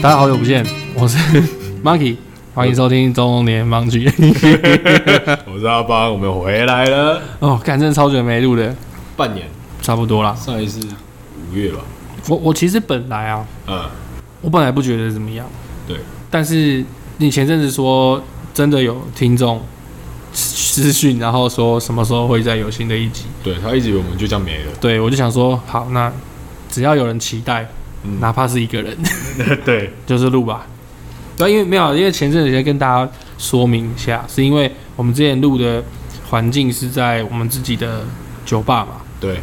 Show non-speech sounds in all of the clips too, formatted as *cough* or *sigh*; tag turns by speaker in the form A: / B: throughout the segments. A: 大家好久不见，我
B: *laughs*
A: 是 Monkey，欢迎收听中年 Monkey。
B: *laughs* 我是阿邦，我们回来了，
A: 哦，干，真的超久没录了，
B: 半年，
A: 差不多啦。
B: 上一次五月吧，
A: 我我其实本来啊，
B: 嗯，
A: 我本来不觉得怎么样，
B: 对。
A: 但是你前阵子说真的有听众私讯，然后说什么时候会再有新的一集，
B: 对他一直以为我们就这样没了，
A: 对我就想说，好，那只要有人期待，
B: 嗯
A: 哪怕是一个人，
B: *laughs* 对，
A: 就是录吧。对，因为没有，因为前阵子先跟大家说明一下，是因为我们之前录的环境是在我们自己的酒吧嘛。
B: 对，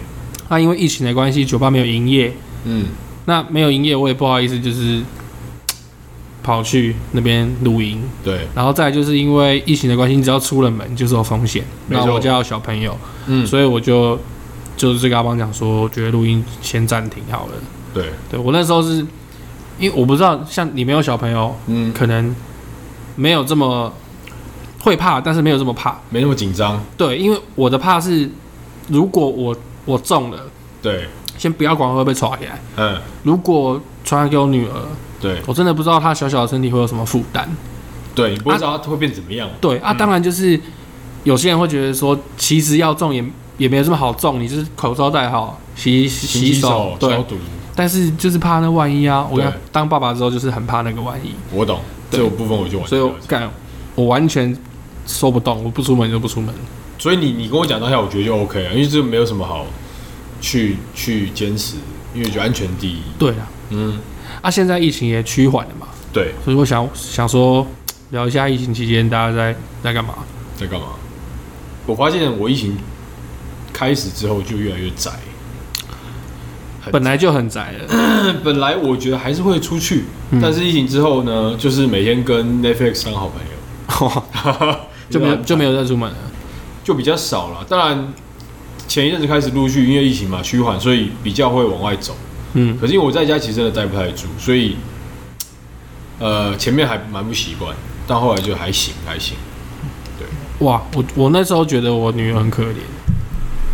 A: 那因为疫情的关系，酒吧没有营业。
B: 嗯，
A: 那没有营业，我也不好意思，就是跑去那边露营。
B: 对，
A: 然后再来就是因为疫情的关系，你只要出了门就是有风险。
B: 没
A: 那
B: 错
A: 我家有小朋友，
B: 嗯，
A: 所以我就就是这个阿邦讲说，我觉得录音先暂停好了。
B: 对，
A: 对我那时候是因为我不知道，像你没有小朋友，
B: 嗯，
A: 可能没有这么会怕，但是没有这么怕。
B: 没那么紧张，
A: 对，因为我的怕是，如果我我中了，
B: 对，
A: 先不要管会不会传起来，
B: 嗯，
A: 如果传染给我女儿，
B: 对，
A: 我真的不知道她小小的身体会有什么负担。
B: 对，你不会知道他会变怎么样，
A: 对啊，
B: 嗯
A: 当然就是有些人会觉得说，其实要中也也没有这么好中，你就是口罩戴好，洗洗手，
B: 消
A: 对。
B: 毒，
A: 但是就是怕那万一啊，我
B: 对
A: 要当爸爸之后就是很怕那个万一。
B: 我懂，
A: 对
B: 这个部分我就完
A: 所
B: 全
A: 以我
B: 了解，
A: 干，我完全说不动，我不出门就不出门。
B: 所以你你跟我讲当下，我觉得就 OK 了，因为这没有什么好去去坚持，因为就安全第一，
A: 对啊，
B: 嗯，
A: 啊，现在疫情也趋缓了嘛，
B: 对，
A: 所以我想想说聊一下疫情期间大家在在干嘛。
B: 在干嘛？我发现我疫情开始之后就越来越宅，很
A: 本来就很宅了，
B: 本来我觉得还是会出去，
A: 嗯
B: 但是疫情之后呢，就是每天跟 Netflix 当好朋友，
A: 就没有就没有再出门了。
B: 就比较少了。当然，前一阵子开始陆续因为疫情嘛趋缓，所以比较会往外走。
A: 嗯，
B: 可是因为我在家其实真的待不太住，所以呃前面还蛮不习惯，但后来就还行还行，
A: 哇，我我那时候觉得我女儿很可怜，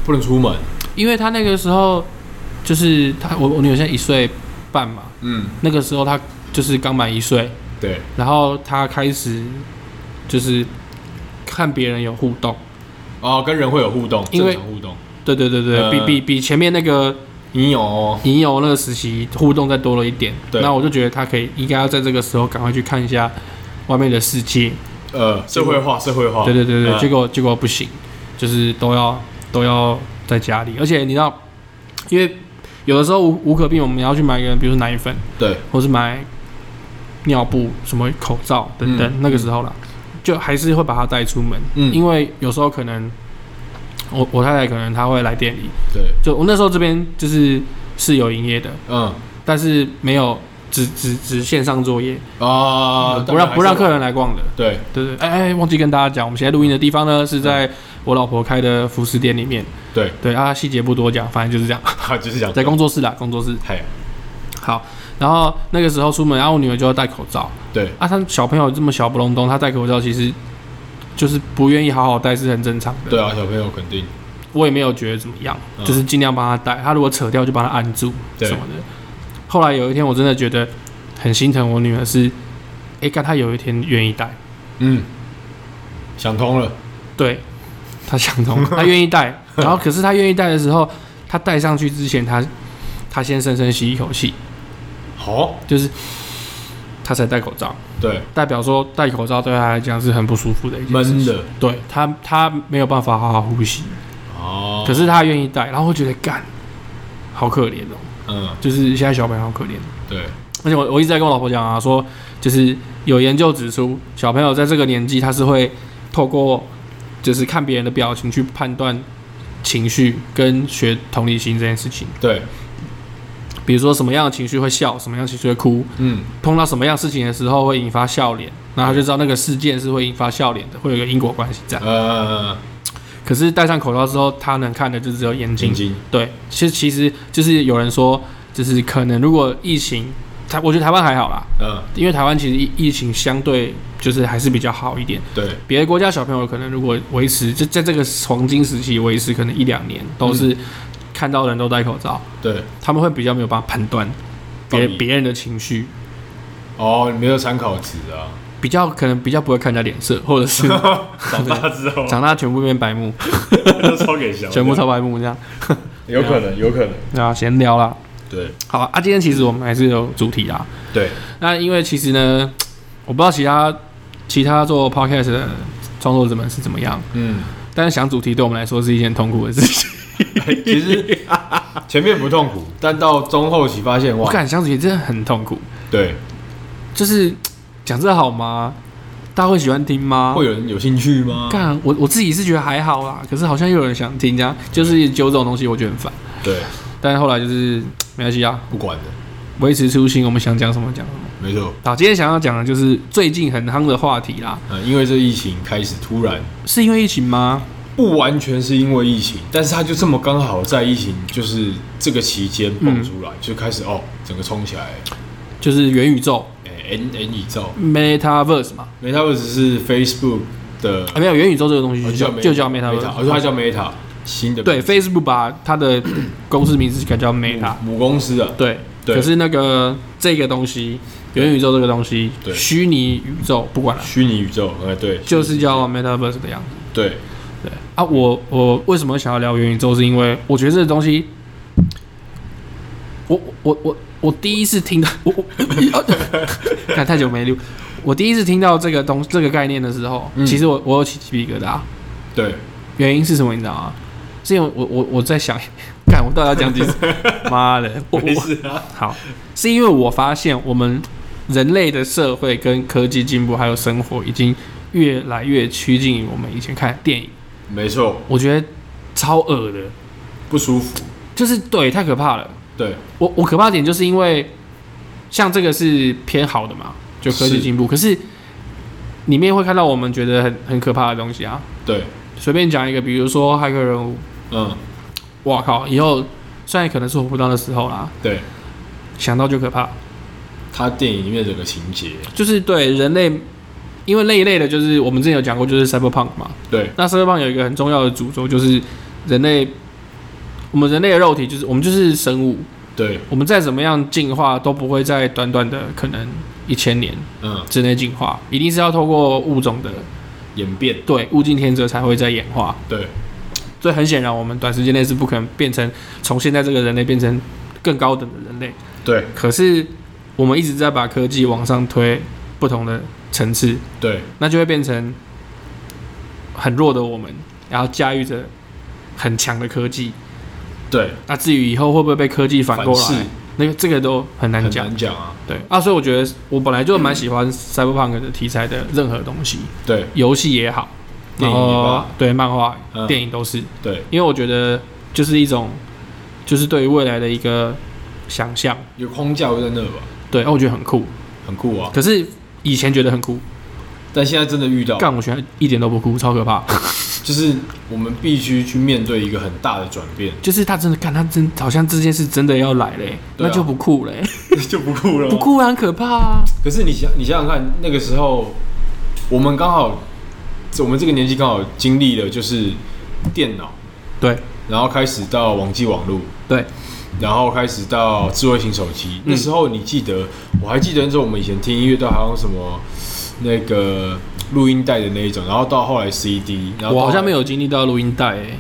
B: 不能出门。
A: 因为她那个时候就是她我我女儿现在一岁半嘛，
B: 嗯，
A: 那个时候她就是刚满一岁，
B: 对，
A: 然后她开始就是看别人有互动。
B: 哦，跟人会有互动，
A: 因为
B: 正常互动。
A: 对对对对，
B: 呃
A: 比比比前面那个
B: 你有、哦、
A: 银游那个时期互动再多了一点，
B: 对
A: 那我就觉得他可以应该要在这个时候赶快去看一下外面的世界。
B: 呃社会化社会化，
A: 对对对对，
B: 嗯
A: 结果结果不行，就是都要都要在家里，而且你知道，因为有的时候无无可避免，我们要去买一个，比如说奶粉，
B: 对
A: 或是买尿布、什么口罩等等，
B: 嗯
A: 那个时候啦，就还是会把它带出门，
B: 嗯
A: 因为有时候可能我我太太可能她会来店里，
B: 对，
A: 就我那时候这边就是是有营业的，
B: 嗯
A: 但是没有只只只线上作业，嗯
B: 啊，
A: 不让不让客
B: 人
A: 人来逛的。
B: 对 *laughs*
A: 对对，哎哎，忘记跟大家讲，我们现在录音的地方呢是在我老婆开的服饰店里面。
B: 嗯对，
A: 对啊，细节不多讲，反正就是这
B: *laughs*
A: 样，
B: 啊就是讲
A: 在工作室啦，工作室。
B: 嘿
A: 好，然后那个时候出门，啊然后我女儿就要戴口罩
B: 对
A: 啊。她小朋友这么小不隆咚，她戴口罩其实就是不愿意好好戴是很正常的。
B: 对啊，小朋友肯定
A: 我也没有觉得怎么样，
B: 嗯
A: 就是尽量帮他戴。他如果扯掉，就帮他按住
B: 对
A: 什么的。后来有一天，我真的觉得很心疼我女儿是，哎、看她有一天愿意戴，
B: 嗯想通了，
A: 对，她想通了，她愿意戴。然后可是她愿意戴的时候，她戴上去之前，她她先深深吸一口气，
B: 好
A: 就是她才戴口罩，
B: 对
A: 代表说戴口罩对她来讲是很不舒服的一件事
B: 闷
A: 情。
B: 的
A: 对她，她没有办法好好呼吸，
B: 哦，
A: 可是她愿意戴，然后我觉得干，好可怜哦。
B: 嗯
A: 就是现在小朋友好可怜。
B: 对
A: 而且我我一直在跟我老婆讲啊，说就是有研究指出，小朋友在这个年纪他是会透过就是看别人的表情去判断情绪跟学同理心这件事情。
B: 对
A: 比如说什么样的情绪会笑，什么样的情绪会哭，
B: 嗯
A: 碰到什么样事情的时候会引发笑脸，然后他就知道那个事件是会引发笑脸的，会有一个因果关系在。
B: 呃
A: 可是戴上口罩之后，他能看的就只有眼睛
B: 晶。晶
A: 对，其实其实就是有人说，就是可能如果疫情，台我觉得台湾还好啦，
B: 嗯
A: 因为台湾其实疫疫情相对就是还是比较好一点，
B: 对
A: 别的国家小朋友可能如果维持就在这个黄金时期维持可能一两年都是看到人都戴口罩，
B: 对
A: 他们会比较没有办法判断别
B: 同意
A: 别人的情绪，
B: 哦，你没有参考值啊，
A: *laughs* 比较可能比较不会看人家脸色，或者 *laughs* 是
B: 长大之后 *laughs*
A: 长大全部变白 *laughs* 目，
B: 都超给小的，
A: 全部超白目这样。
B: 有可能，有可能，
A: 啊，闲聊啦。
B: 对
A: 好啊，今天其实我们还是有主题啦。
B: 对，
A: 那因为其实呢，我不知道其他其他做 podcast 的创作者们是怎么样，
B: 嗯，
A: 但是想主题对我们来说是一件痛苦的事情。
B: 其实前面不痛苦，但到中后期发现
A: 我
B: 哇，
A: 感想主题真的很痛苦，
B: 对，
A: 就是讲这好吗？大家会喜欢听吗？
B: 会有人有兴趣吗？
A: 干我我自己是觉得还好啦，可是好像又有人想听，这样就是酒这种东西，我觉得很烦。
B: 对，
A: 但是后来就是没关系啊，
B: 不管的，
A: 维持初心，我们想讲什么讲什么。
B: 没错，
A: 好，今天想要讲的就是最近很夯的话题啦，
B: 嗯，因为这疫情开始突然，
A: 是因为疫情吗？
B: 不完全是因为疫情，但是它就这么刚好在疫情就是这个期间蹦出来，就开始哦，整个冲起来，
A: 就是元宇宙
B: 哎，N N 宇宙
A: （Metaverse） 嘛，
B: ，Metaverse 是 Facebook 的，
A: 啊，没有元宇宙这个东西
B: 哦
A: 就叫就叫 Metaverse，
B: 而且它叫 Meta，新的
A: 对，Facebook 把它的公司名字改叫 Meta，
B: 母母公司啊，
A: 对。
B: 对
A: 可是那个这个东西，元宇宙这个东西，
B: 对
A: 虚拟宇宙不管了，
B: 虚拟宇宙，哎，对，
A: 就是叫 Metaverse 的样子。
B: 对，
A: 对啊，我我为什么想要聊元宇宙，是因为我觉得这个东西，我我我我第一次听到，我我 *coughs* 啊看太久没录，我第一次听到这个东这个概念的时候，
B: 嗯
A: 其实我我有起鸡皮疙瘩，
B: 对，
A: 原因是什么？你知道吗？是因为我我我在想， *laughs* 看我到底要讲几
B: *laughs*
A: 次？妈的，我
B: 没
A: 我
B: 事啊，
A: 好，是因为我发现我们人类的社会跟科技进步还有生活已经越来越趋近于我们以前看的电影。
B: 没错，
A: 我觉得超恶的，
B: 不舒服，
A: 就是对，太可怕了。
B: 对，
A: 我我可怕的点就是因为像这个是偏好的嘛，就科技
B: 是
A: 进步，可是里面会看到我们觉得很很可怕的东西啊。
B: 对，
A: 随便讲一个，比如说骇客人物，
B: 嗯，
A: 哇靠！以后虽然可能是我不到的时候啦，
B: 对，
A: 想到就可怕。
B: 它电影里面整个情节，
A: 就是对人类，因为那一类的，就是我们之前有讲过，就是 cyberpunk 嘛。
B: 对，
A: 那 cyberpunk 有一个很重要的主轴，就是人类，我们人类的肉体就是我们就是生物，
B: 对，
A: 我们再怎么样进化，都不会在短短的可能一千年
B: 嗯，
A: 之内进化，一定是要透过物种的
B: 演变，
A: 对物竞天择才会在演化。
B: 对，
A: 所以很显然，我们短时间内是不可能变成从现在这个人类变成更高等的人类。
B: 对，
A: 可是我们一直在把科技往上推不同的层次，
B: 对，
A: 那就会变成很弱的我们，然后驾驭着很强的科技。
B: 对，
A: 那至于以后会不会被科技反过
B: 反
A: 来
B: 噬，
A: 那个这个都很难
B: 很
A: 讲。
B: 难讲啊，
A: 对啊，所以我觉得我本来就蛮喜欢 cyberpunk 的题材的任何东西，
B: 对，
A: 游戏也好，
B: 电
A: 然
B: 影也
A: 后
B: 罢
A: 对漫画、
B: 嗯
A: 电影都是，
B: 对，
A: 因为我觉得就是一种，就是对于未来的一个想象，
B: 有框架会在那吧，
A: 对，啊我觉得很酷。
B: 很酷啊，
A: 可是以前觉得很酷，
B: 但现在真的遇到，
A: 干我觉得一点都不酷，超可怕。
B: 就是我们必须去面对一个很大的转变， *laughs*
A: 就是他真的干，他真好像这件事真的要来嘞、
B: 对
A: 那
B: 啊哦
A: 就不酷嘞、
B: 就不酷了
A: 不
B: 吗，
A: 酷啊，很可怕啊。
B: 可是你想，你想想看，那个时候我们刚好，我们这个年纪刚好经历了就是电脑，
A: 对
B: 然后开始到网际网络，
A: 对，
B: 然后开始到智慧型手机。
A: 嗯
B: 那时候你记得，我还记得那时候我们以前听音乐都还用什么那个录音带的那一种，然后到后来 CD，然后
A: 我
B: 到
A: 好像没
B: 后
A: 有经历到录音带欸诶、
B: 来，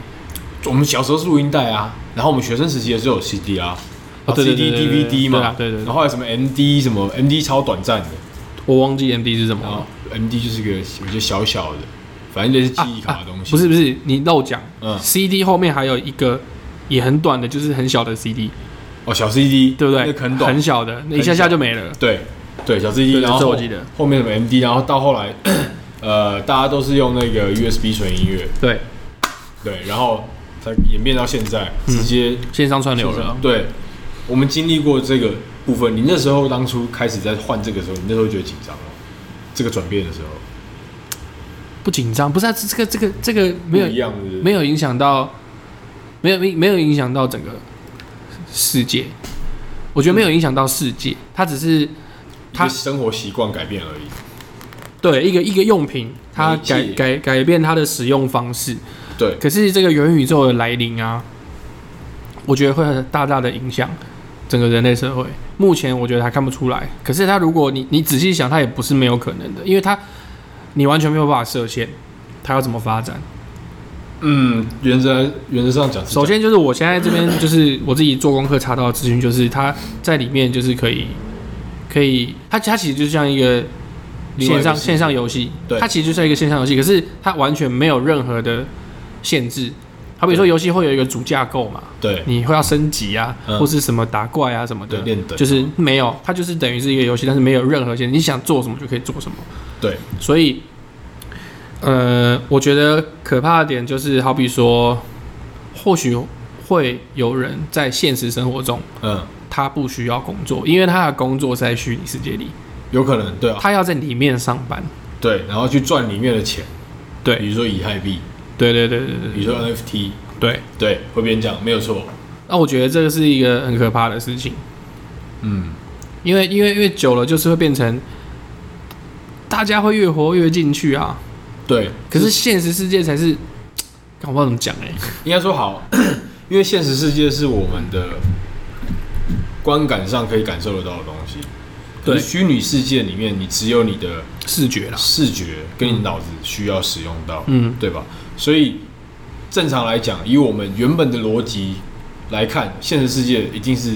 B: 我们小时候是录音带啊，然后我们学生时期的时候有 CD 啊。
A: 哦对对
B: c d
A: 对对对
B: DVD
A: 对
B: 嘛哦
A: 啊，对对对哦
B: 然后还有什么 MD 什么 MD 超短暂的，
A: 我忘记 MD 是什么
B: 然后
A: 了。
B: MD 就是个有些小小的，反正类似记忆卡的东西。
A: 啊不是不是，你漏讲、
B: 嗯
A: c d 后面还有一个也很短的，就是很小的 CD，
B: 哦，小 CD
A: 对不对？
B: 那个很短，
A: 小的，那一下下就没了。
B: 对对，小 CD，
A: 对
B: 然后
A: 这我
B: 后
A: 记得
B: 后面什么 MD，然后到后来， *clears throat* 呃，大家都是用那个 USB 存音乐，
A: 对，
B: 对，然后才演变到现在，直接
A: 线上串嗯流了。
B: 对，我们经历过这个部分，你那时候当初开始在换这个时候，你那时候觉得紧张吗？这个转变的时候
A: 不紧张，不是、啊、这个这个这个没有
B: 不一样是不是
A: 没有影响到，没有没没有影响到整个世界。我觉得没有影响到世界，它只是
B: 他
A: 他
B: 生活习惯改变而已。
A: 对一个一个用品，它
B: 媒介
A: 改改改变它的使用方式。
B: 对，
A: 可是这个元宇宙的来临啊，我觉得会大大的影响整个人类社会。目前我觉得还看不出来，可是他如果你你仔细想，他也不是没有可能的，因为他你完全没有办法设限，他要怎么发展？
B: 嗯，原则原则上讲是这
A: 首
B: 样，
A: 先就是我现在这边就是我自己做功课查到的资讯，就是它在里面就是可以，可以，它它其实就像一个
B: 另外
A: 线
B: 一个
A: 上
B: 是
A: 线上游戏，
B: 对
A: 它其实就像一个线上游戏，可是它完全没有任何的限制。好比说游戏会有一个主架构嘛，
B: 对
A: 你会要升级啊，
B: 嗯
A: 或是什么打怪啊什么的
B: 对，练等
A: 就是没有，它就是等于是一个游戏，但是没有任何限制，你想做什么就可以做什么。
B: 对，
A: 所以，呃，我觉得可怕的点就是，好比说，或许会有人在现实生活中，
B: 嗯，
A: 他不需要工作，因为他的工作是在虚拟世界里，
B: 有可能对啊，
A: 他要在里面上班。
B: 对，然后去赚里面的钱，比
A: 对，嗯
B: 如说以太币，
A: 对对对对
B: 比
A: 对
B: 如说 NFT，
A: 对。
B: 对，会变这样，没有错，
A: 那我觉得这个是一个很可怕的事情，
B: 嗯，
A: 因为因为因为久了就是会变成，大家会越活越进去啊。
B: 对，
A: 可是现实世界才是，我不知道怎么讲哎、
B: 应该说好， *clears throat* 因为现实世界是我们的观感上可以感受得到的东西。
A: 对
B: 可是虚拟世界里面，你只有你的
A: *laughs* 视觉啦，
B: 视觉跟你脑子需要使用到，
A: 嗯，
B: 对吧？所以正常来讲，以我们原本的逻辑来看，现实世界一定是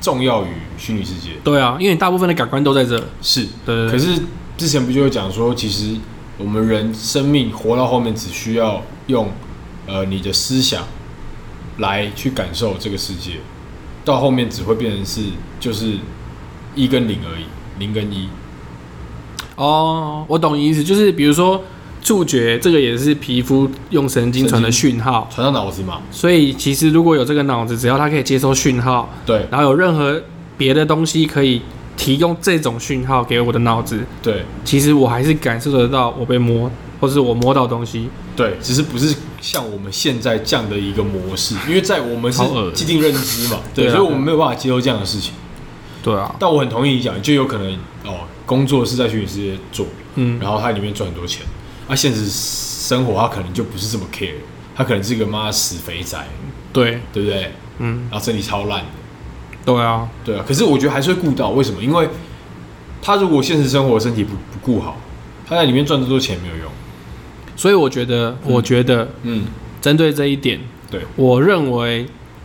B: 重要于虚拟世界。
A: 对啊，因为你大部分的感官都在这，
B: 是，
A: 对
B: 可是之前不就有讲说，其实我们人生命活到后面，只需要用呃你的思想来去感受这个世界，到后面只会变成是就是一跟零而已，零跟一。
A: 哦，我懂你意思，就是比如说触觉，这个也是皮肤用神经传的讯号，
B: 传到脑子嘛，
A: 所以其实如果有这个脑子，只要它可以接收讯号，
B: 对
A: 然后有任何别的东西可以提供这种讯号给我的脑子，
B: 对
A: 其实我还是感受得到我被摸，或是我摸到东西。
B: 对，只是不是像我们现在这样的一个模式，因为在我们是
A: 好恶
B: 既定认知嘛，对，
A: 对啊
B: 所以我们没有办法接受这样的事情。
A: 对啊，
B: 但我很同意你讲，就有可能哦，工作是在虚拟世界做，
A: 嗯，
B: 然后他里面赚很多钱，啊，现实生活他可能就不是这么 care，他可能是一个妈死肥宅，
A: 对，
B: 对不对？
A: 嗯，
B: 然后身体超烂的，
A: 对啊，
B: 对啊。可是我觉得还是会顾到，为什么？因为他如果现实生活身体不不顾好，他在里面赚这么多钱没有用。
A: 所以我觉得，我觉得
B: 嗯，
A: 针对这一点，
B: 对，
A: 我认为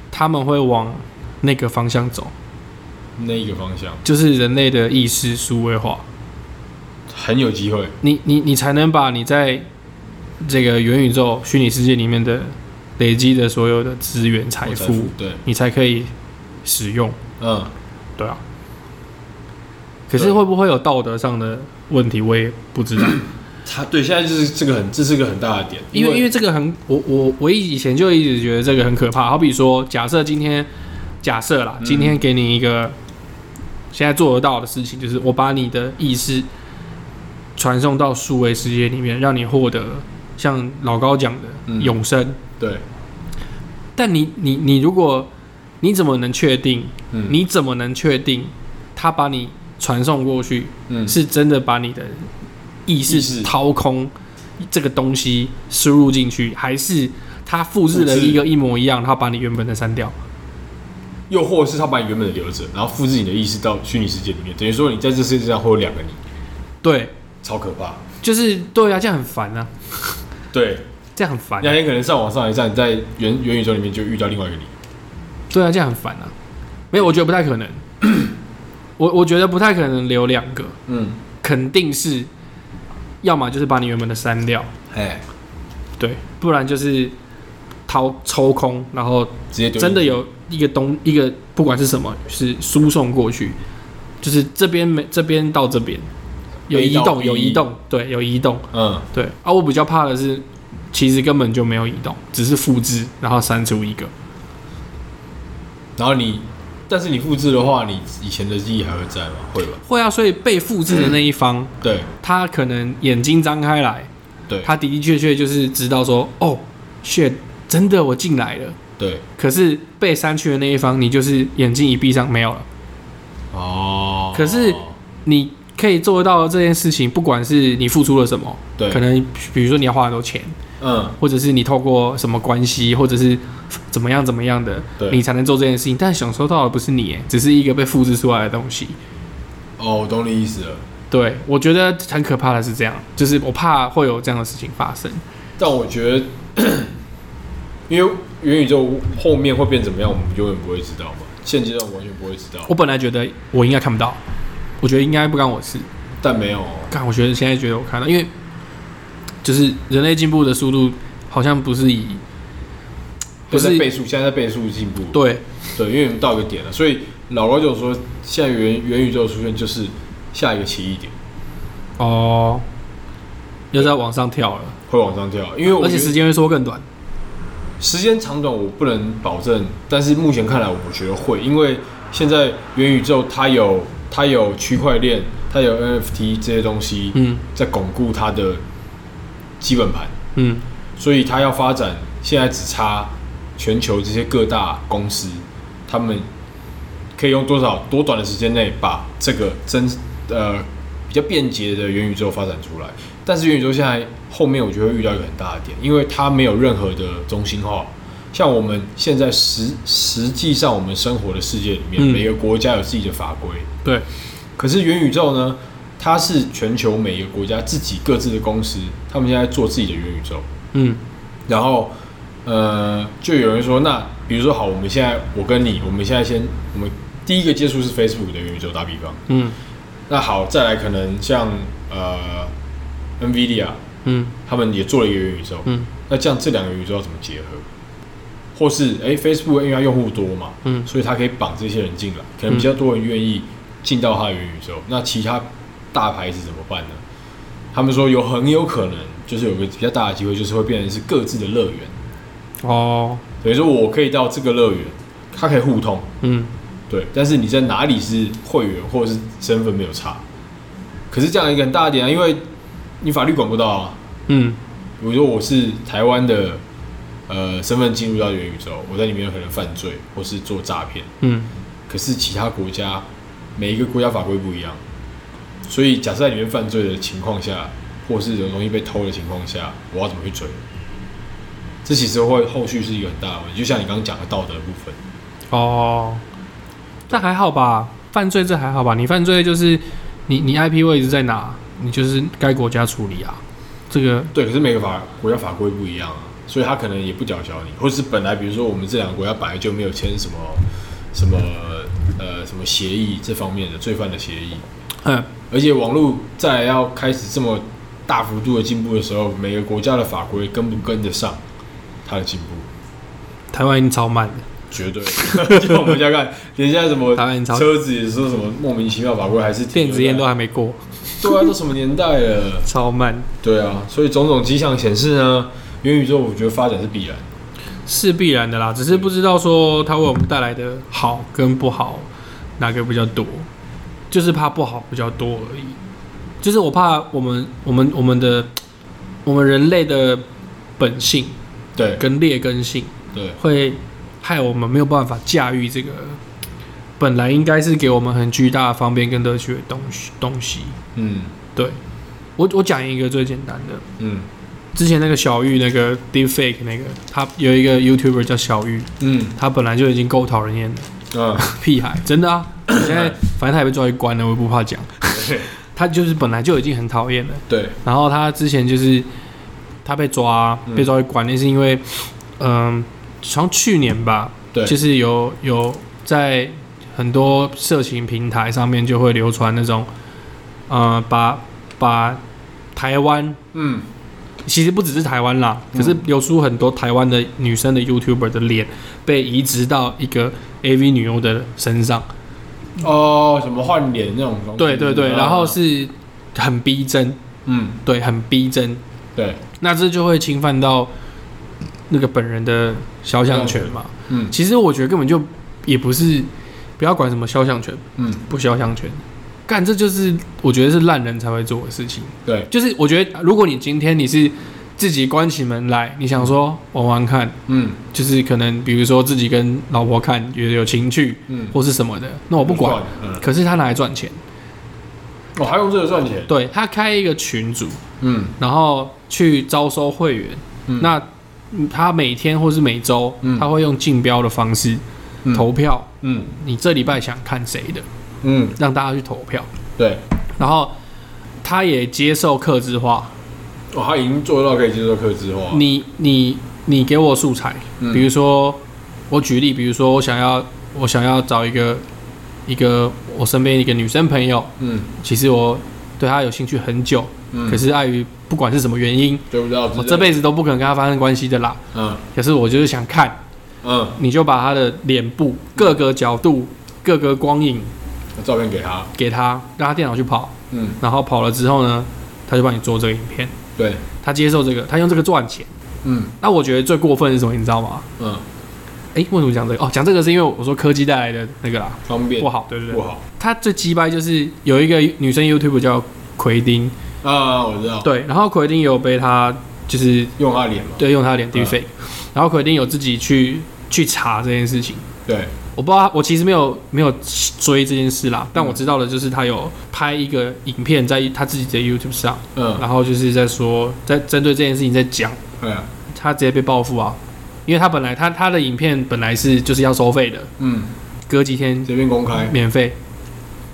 A: 他们会往那个方向走。
B: 那一个方向
A: 就是人类的意识数位化，
B: 很有机会。
A: 你你你才能把你在这个元宇宙虚拟世界里面的累积的所有的资源财
B: 我才
A: 富
B: 付，对，
A: 你才可以使用，
B: 嗯，
A: 对啊。可是会不会有道德上的问题，我也不知道，
B: 他对现在就是这个很，这是个很大的点，
A: 因为因为这个很，我我我以前就一直觉得这个很可怕。好比说，假设今天，假设啦，
B: 嗯
A: 今天给你一个现在做得到的事情，就是我把你的意识传送到数位世界里面，让你获得像老高讲的
B: 嗯
A: 永生。
B: 对，
A: 但你你你如果你怎么能确定？
B: 嗯
A: 你怎么能确定他把你传送过去
B: 嗯
A: 是真的把你的意
B: 意
A: 识
B: 识
A: 掏空，这个东西输入进去，还是他复制了
B: 复制
A: 一个一模一样，他把你原本的删掉？
B: 又或者是他把你原本的留着，然后复制你的意识到虚拟世界里面，等于说你在这世界上会有两个你，
A: 对，
B: 超可怕。
A: 就是对啊，这样很烦啊，
B: 对，
A: 这样很烦、啊
B: 那天可能上网上一站，你在元元宇宙里面就遇到另外一个你。
A: 对啊，这样很烦啊。没有，我觉得不太可
B: *clears throat*
A: 能，我我觉得不太可能留两个，
B: 嗯，
A: 肯定是要么就是把你原本的删掉，
B: 哎，
A: 对，不然就是掏抽空，然后
B: 直接丢
A: 真的有一个东一个不管是什么是输送过去，就是这边没这边到这边有
B: A
A: 移
B: 到
A: 动
B: B
A: 有移动，对，有移动，
B: 嗯，
A: 对。啊，我比较怕的是，其实根本就没有移动，只是复制然后删除一个，
B: 然后你，但是你复制的话，你以前的记忆还会在吗？会吧？
A: 会啊，所以被复制的那一方，
B: 对
A: 他可能眼睛张开来，
B: 对
A: 他的的确确就是知道说，哦，shit，真的我进来了。
B: 对，
A: 可是被删去的那一方，你就是眼睛一闭上没有了。
B: 哦，
A: 可是你可以做到这件事情，不管是你付出了什么，
B: 对
A: 可能比如说你要花很多钱，
B: 嗯，
A: 或者是你透过什么关系，或者是怎么样怎么样的，
B: 对
A: 你才能做这件事情。但享受到的不是你，哎只是一个被复制出来的东西。
B: 哦，我懂你意思了。
A: 对我觉得很可怕的是这样，就是我怕会有这样的事情发生。
B: 但我觉得， *clears throat* 因为元宇宙后面会变怎么样，我们永远不会知道嘛。现阶段完全不会知道
A: 我，本来觉得我应该看不到，我觉得应该不干我事。
B: 但没有哦
A: 看，我觉得现在觉得我看到，因为就是人类进步的速度好像不是以不
B: 现在
A: 是
B: 在倍数，现在在倍数进步。
A: 对
B: 对，因为我们到一个点了，所以老高就说，现在元元宇宙出现就是下一个奇异点，
A: 哦，又在往上跳了，
B: 会往上跳。因为我
A: *laughs* 而
B: 觉
A: 且
B: 得
A: 时间会缩更短。
B: 时间长短我不能保证，但是目前看来，我觉得会，因为现在元宇宙它有它有区块链，它有 NFT 这些东西
A: 嗯
B: 在巩固它的基本盘，
A: 嗯
B: 所以它要发展，现在只差全球这些各大公司，他们可以用多少多短的时间内把这个真呃比较便捷的元宇宙发展出来。但是元宇宙现在后面我觉得会遇到一个很大的点，因为它没有任何的中心化。像我们现在实实际上我们生活的世界里面，
A: 嗯
B: 每个国家有自己的法规，
A: 对，
B: 可是元宇宙呢，它是全球每个国家自己各自的公司，他们现在做自己的元宇宙。
A: 嗯
B: 然后呃，就有人说，那比如说好，我们现在我跟你，我们现在先，我们第一个接触是 Facebook 的元宇宙，打比方，
A: 嗯
B: 那好，再来可能像呃 NVIDIA
A: 嗯
B: 他们也做了一个元宇宙，
A: 嗯
B: 那这样这两个元宇宙要怎么结合？或是哎，Facebook 因为它用户多嘛，
A: 嗯
B: 所以它可以绑这些人进来，可能比较多人愿意进到它的元宇宙。那其他大牌子怎么办呢？他们说有很有可能就是有个比较大的机会，就是会变成是各自的乐园。
A: 哦
B: 等于说我可以到这个乐园，它可以互通，
A: 嗯
B: 对。但是你在哪里是会员或者是身份没有差，可是这样一个很大的点啊，因为你法律管不到啊。
A: 嗯
B: 比如说我是台湾的呃身份进入到元宇宙，我在里面有可能犯罪或是做诈骗，
A: 嗯
B: 可是其他国家每一个国家法规不一样，所以假设在里面犯罪的情况下，或是有东西被偷的情况下，我要怎么去追？这其实会后续是一个很大的问题，就像你刚刚讲的道德部分。
A: 哦，但还好吧，犯罪这还好吧？你犯罪就是你你 IP 位置在哪，你就是该国家处理啊。这个
B: 对，可是每个法国家法规不一样啊，所以他可能也不屌小你，或是本来比如说我们这两个国家本来就没有签什么什么呃什么协议这方面的罪犯的协议，
A: 嗯
B: 而且网络在要开始这么大幅度的进步的时候，每个国家的法规跟不跟得上它的进步，
A: 台湾已经超慢了。
B: 绝对。就我们家看，连现在什么
A: 台湾超
B: 车子也说什么莫名其妙法规还是停
A: 电
B: 留
A: 子烟
B: 在
A: 都还没过，
B: 对啊，都什么年代了？
A: 超慢，
B: 对啊，所以种种迹象显示呢，元宇宙我觉得发展是必然。
A: 是必然的啦。只是不知道说它为我们带来的好跟不好哪个比较多，就是怕不好比较多而已。就是我怕我们我们我们的我们人类的本性
B: 对
A: 跟劣根性
B: 对，
A: 会害我们没有办法驾驭这个本来应该是给我们很巨大的方便跟乐趣的东西东西。
B: 嗯
A: 对我我讲一个最简单的，
B: 嗯
A: 之前那个小玉那个 Deepfake 那个，他有一个 YouTuber 叫小玉，
B: 嗯
A: 他本来就已经够讨人厌的，
B: 嗯，
A: 屁孩，真的啊！现在反正他也被抓去关了，我也不怕
B: *laughs*
A: 讲。他就是本来就已经很讨厌了，
B: 对，
A: 然后他之前就是他被抓
B: 嗯
A: 被抓去关，那、是因为嗯，从去年吧，
B: 对
A: 就是有有在很多色情平台上面就会流传那种，呃，把把台湾
B: 嗯
A: 其实不只是台湾啦，
B: 嗯
A: 可是流出很多台湾的女生的 YouTuber 的脸被移植到一个 AV 女优的身上。
B: 哦，什么换脸那种东西
A: 对对对，
B: 啊
A: 然后是很逼真，
B: 嗯
A: 对，很逼真。
B: 对
A: 那这就会侵犯到那个本人的肖像权嘛。
B: 嗯
A: 其实我觉得根本就也不是，不要管什么肖像权
B: 嗯
A: 不肖像权，干这就是我觉得是烂人才会做的事情。
B: 对
A: 就是我觉得如果你今天你是自己关起门来，你想说玩玩看。
B: 嗯
A: 就是可能比如说自己跟老婆看觉得有情趣
B: 嗯，
A: 或是什么的，那我不管。
B: 嗯，哦
A: 可是他拿来赚钱，
B: 我还用这个赚钱，
A: 对他开一个群组，
B: 嗯
A: 然后去招收会员，
B: 嗯
A: 那嗯他每天或是每周，
B: 嗯
A: 他会用竞标的方式、
B: 嗯
A: 投票，
B: 嗯
A: 你这礼拜想看谁的，
B: 嗯，
A: 让大家去投票。
B: 对，
A: 然后他也接受客制化，
B: 哦，他已经做到可以接受客制化，
A: 你你你给我素材，
B: 嗯
A: 比如说我举例，比如说我想要我想要找一个一个我身边一个女生朋友，
B: 嗯
A: 其实我对她有兴趣很久，
B: 嗯，
A: 可是碍于不管是什么原因，
B: 对不知道
A: 我这辈子都不可能跟她发生关系的啦。
B: 嗯
A: 可是我就是想看，
B: 嗯，
A: 你就把她的脸部各个角度、各个光影
B: 照片给他，
A: 给她，让她电脑去跑，
B: 嗯，
A: 然后跑了之后呢，她就帮你做这个影片。
B: 对，
A: 她接受这个，她用这个赚钱。
B: 嗯
A: 那我觉得最过分的是什么，你知道吗？
B: 嗯，
A: 诶，为什么讲这个？哦，讲这个是因为我说科技带来的那个啦，
B: 方便
A: 不好，对不
B: 不
A: 对？
B: 好
A: 她最鸡掰就是有一个女生 YouTube 叫奎丁，
B: 啊，我知道，
A: 对，然后奎丁也有被她就是
B: 用他脸嘛，
A: 对，用他的脸 d e fake，、然后奎丁有自己去去查这件事情。
B: 对，
A: 我不知道他，我其实没有没有追这件事啦，但我知道的就是他有拍一个影片在他自己的 YouTube 上，
B: 嗯
A: 然后就是在说，在针对这件事情在讲，
B: 嗯
A: 他直接被报复啊，因为他本来他他的影片本来是就是要收费的，
B: 嗯，
A: 隔几天
B: 随便公开，
A: 免费，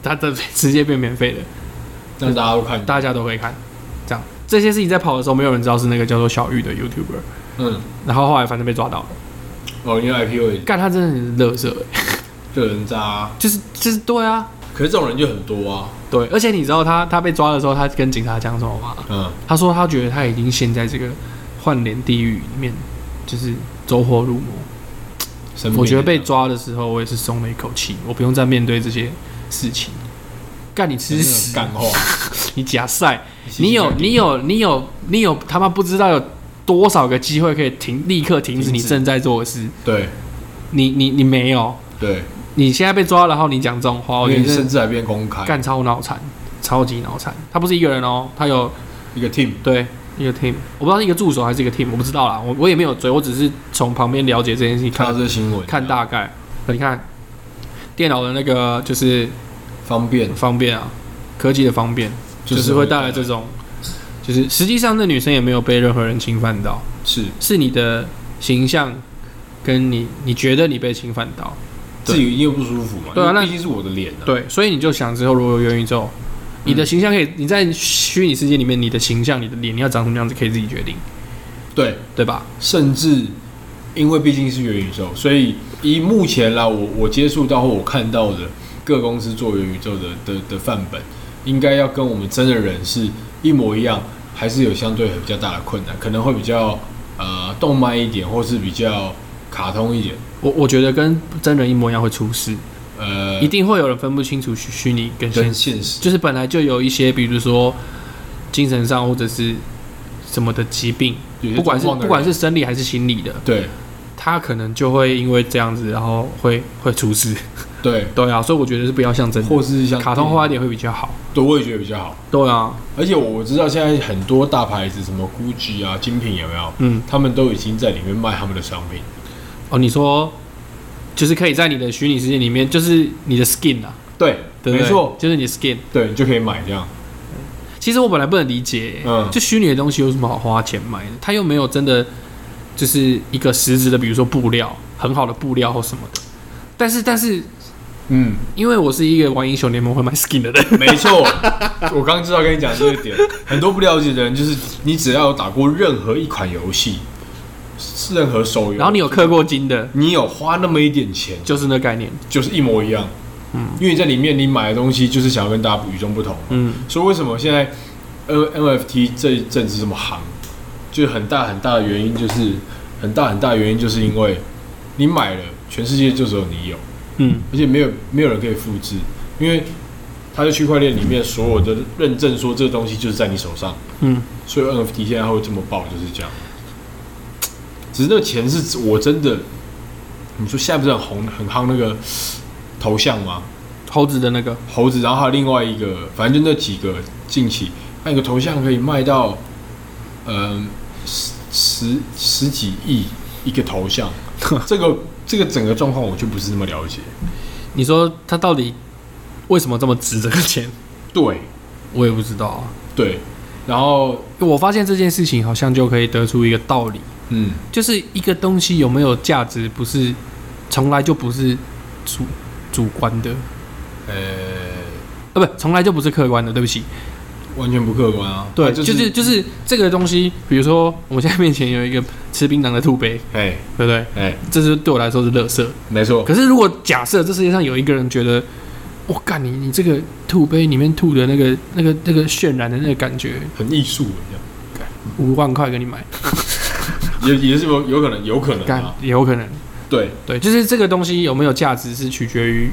A: 他的直接变免费的，
B: 让大家都看，
A: 大家都会看，这样这些事情在跑的时候，没有人知道是那个叫做小玉的 YouTuber，
B: 嗯，
A: 然后后来反正被抓到了，
B: 哦，因为 IP 会
A: 干他真的很乐色、
B: 就有人渣啊，
A: 就是就是对啊，
B: 可是这种人就很多啊，
A: 对，而且你知道他他被抓的时候，他跟警察讲什么吗？
B: 嗯
A: 他说他觉得他已经陷在这个换脸地狱里面，就是走火入魔。，
B: 生病
A: 我觉得被抓的时候，我也是松了一口气，我不用再面对这些事情。干你吃
B: 真的
A: 屎！
B: 干话，
A: 你假赛，你有你有你有你有他妈不知道有多少个机会可以停，立刻停止你
B: 停止
A: 正在做的事。
B: 对
A: 你你你没有，
B: 对，
A: 你现在被抓了，然后哦你讲这种话，我
B: 而
A: 觉
B: 且
A: 得真
B: 甚
A: 的
B: 至还变公开，
A: 干超脑残，超级脑残。他不是一个人哦，他有
B: 一个 team，
A: 对，一个 team，我不知道是一个助手还是一个 team，我不知道啦，我我也没有追，我只是从旁边了解这件事情，
B: 看到
A: 看
B: 这个新闻，
A: 看大概。你看，电脑的那个就是
B: 方便
A: 很方便啊，科技的方便，就是会带来这种，就是实际上那女生也没有被任何人侵犯到，
B: 是
A: 是你的形象跟你你觉得你被侵犯到，
B: 自己一定会不舒服嘛，
A: 对啊
B: 因为
A: 那
B: 毕竟是我的脸啊，
A: 对，所以你就想之后如果有元宇宙，你
B: 嗯
A: 的形象可以你在虚拟世界里面，你的形象、你的脸你要长什么样子可以自己决定，
B: 对，
A: 对吧？
B: 甚至因为毕竟是元宇宙，所以以目前啦，我我接触到或我看到的各公司做元宇宙的的的范本，应该要跟我们真的人是一模一样，还是有相对比较大的困难，可能会比较呃动漫一点，或是比较卡通一点，
A: 我我觉得跟真人一模一样会出事，
B: 呃
A: 一，定会有人分不清楚虚虚拟跟现
B: 跟
A: 实，
B: 现实
A: 就是本来就有一些，比如说精神上或者是什么的疾病，
B: 有些
A: 不管是
B: 状况的
A: 不管
B: 人
A: 是生理还是心理的，
B: 对
A: 他可能就会因为这样子，然后会会出事。
B: 对，
A: 对啊，所以我觉得是不要像真
B: 或
A: 的，
B: 是像
A: 卡通化一点会比较好。
B: 对，我也觉得比较好。
A: 对啊，
B: 而且我知道现在很多大牌子，什么 GUCCI 啊、精品有没有？
A: 嗯，
B: 他们都已经在里面卖他们的商品。
A: 哦，你说就是可以在你的虚拟世界里面，就是你的 skin 啊，
B: 对，
A: 对不
B: 没
A: 对
B: 错，
A: 就是你的 skin。
B: 对你就可以买这样。
A: 其实我本来不能理解、
B: 嗯
A: 就虚拟的东西有什么好花钱买的？它又没有真的就是一个实质的，比如说布料，很好的布料或什么的。但是，但是，
B: 嗯，
A: 因为我是一个玩英雄联盟会买 skin 的人，
B: 没错， *laughs* 我刚知道跟你讲这个点，很多不了解的人就是，你只要有打过任何一款游戏，是任何手游，
A: 然后你有氪过金的，
B: 你有花那么一点钱，
A: 就是那概念。
B: 就是一模一样。嗯，因为你在里面你买的东西就是想要跟大家与众不同，
A: 嗯，
B: 所以为什么现在 N NFT 这一阵子这么行，就是很大很大的原因就是很大很大的原因就是因为你买了，全世界就只有你有。
A: 嗯，
B: 而且没有没有人可以复制，因为它在区块链里面所有的认证说这个东西就是在你手上，
A: 嗯，
B: 所以 NFT 现在会这么爆就是这样。只是那个钱是指我真的，你说现在不是很红很夯那个头像吗？
A: 猴子的那个，
B: 猴子，然后还有另外一个，反正就那几个近期，那个头像可以卖到，嗯、十十十几亿一个头像，这个这个整个状况我就不是那么了解。
A: 你说它到底为什么这么值这个钱？
B: 对，
A: 我也不知道啊。
B: 对，然后，
A: 我发现这件事情好像就可以得出一个道理，
B: 嗯，
A: 就是一个东西有没有价值，不是从来就不是主主观的，
B: 呃，
A: 呃，不，从来就不是客观的。对不起，
B: 完全不客观啊。
A: 对，
B: 它
A: 就是是就是这个东西，比如说我们现在面前有一个吃槟榔的兔杯，
B: 哎
A: 对不对？
B: 哎，
A: 这是对我来说是垃圾。
B: 没错，
A: 可是如果假设这世界上有一个人觉得，我干你你这个吐杯里面吐的那个那个那个渲染的那个感觉，
B: 很艺术一
A: 五万块给你买，
B: 样，也也是有有可能，有可能
A: 干
B: 啊。
A: 也有可能。
B: 对，
A: 对，就是这个东西有没有价值是取决于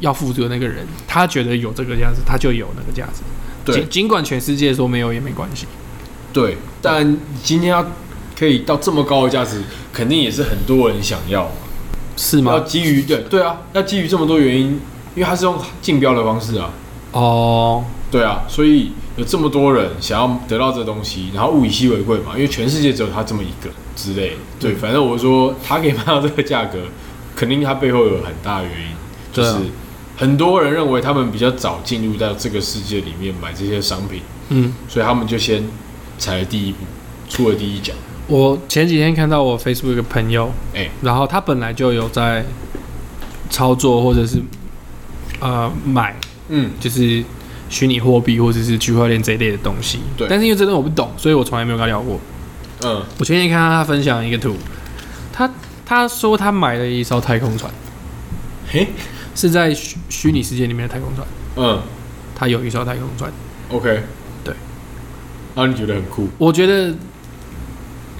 A: 要付出的那个人，他觉得有这个价值，他就有那个价值。
B: 对
A: 尽尽管全世界说没有也没关系。
B: 对，但今天要可以到这么高的价值，肯定也是很多人想要，
A: 是
B: 要
A: 吗？
B: 基于对对啊，要基于这么多原因，因为它是用竞标的方式啊，
A: 哦，
B: 对啊，所以有这么多人想要得到这东西，然后物以稀为贵嘛，因为全世界只有他这么一个之类的，对，
A: 嗯
B: 反正我说他可以卖到这个价格，肯定他背后有很大的原因，就
A: 对
B: 是
A: 啊
B: 很多人认为他们比较早进入到这个世界里面买这些商品，
A: 嗯，
B: 所以他们就先踩了第一步，出了第一脚，
A: 我前几天看到我 Facebook 的朋友，
B: 哎
A: 然后他本来就有在操作或者是呃买
B: 嗯。
A: 就是虚拟货币或者是区块链这一类的东西。
B: 对
A: 但是因为这东西我不懂，所以我从来没有跟他聊过。
B: 嗯，
A: 我前天看到他分享一个图，他他说他买了一艘太空船，
B: 嘿，
A: 是在虚虚拟世界里面的太空船，
B: 嗯
A: 他有一艘太空船。
B: ，OK，
A: 对，
B: 然后你觉得很酷，
A: 我觉得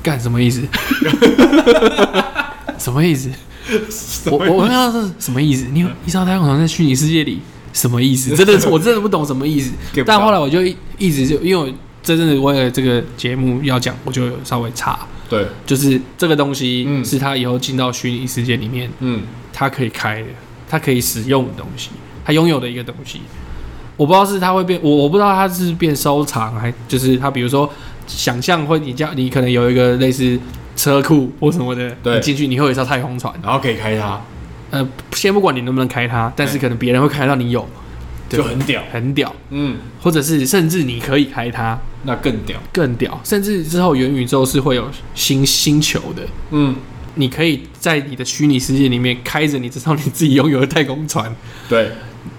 A: 干什么意
B: *laughs*
A: 思？什么意思？ *laughs*
B: *laughs*
A: 我我我看到是什么意思？你有一艘太空船在虚拟世界里，什么意
B: *laughs*
A: 思？真的是我真的不懂什么意思
B: Get。不到
A: 但后来我就一一直就因为我真正的为了这个节目要讲，我就有稍微查，
B: 对，
A: 就是这个东西
B: 嗯
A: 是他以后进到虚拟世界里面，
B: 嗯，
A: 他可以开的，他可以使用的东西，他拥有的一个东西。我不知道是他会变，我我不知道他是变收藏，还就是他比如说想象会你家你可能有一个类似车库或什么的，
B: 对
A: 你进去你会有一艘太空船，
B: 然后可以开它，
A: 呃，先不管你能不能开它，但是可能别人会开到你有，对
B: 就很屌，
A: 很屌，
B: 嗯，
A: 或者是甚至你可以开它
B: 那更屌，
A: 更屌，甚至之后元宇宙是会有星星球的，
B: 嗯，
A: 你可以在你的虚拟世界里面开着你这艘你自己拥有的太空船，
B: 对，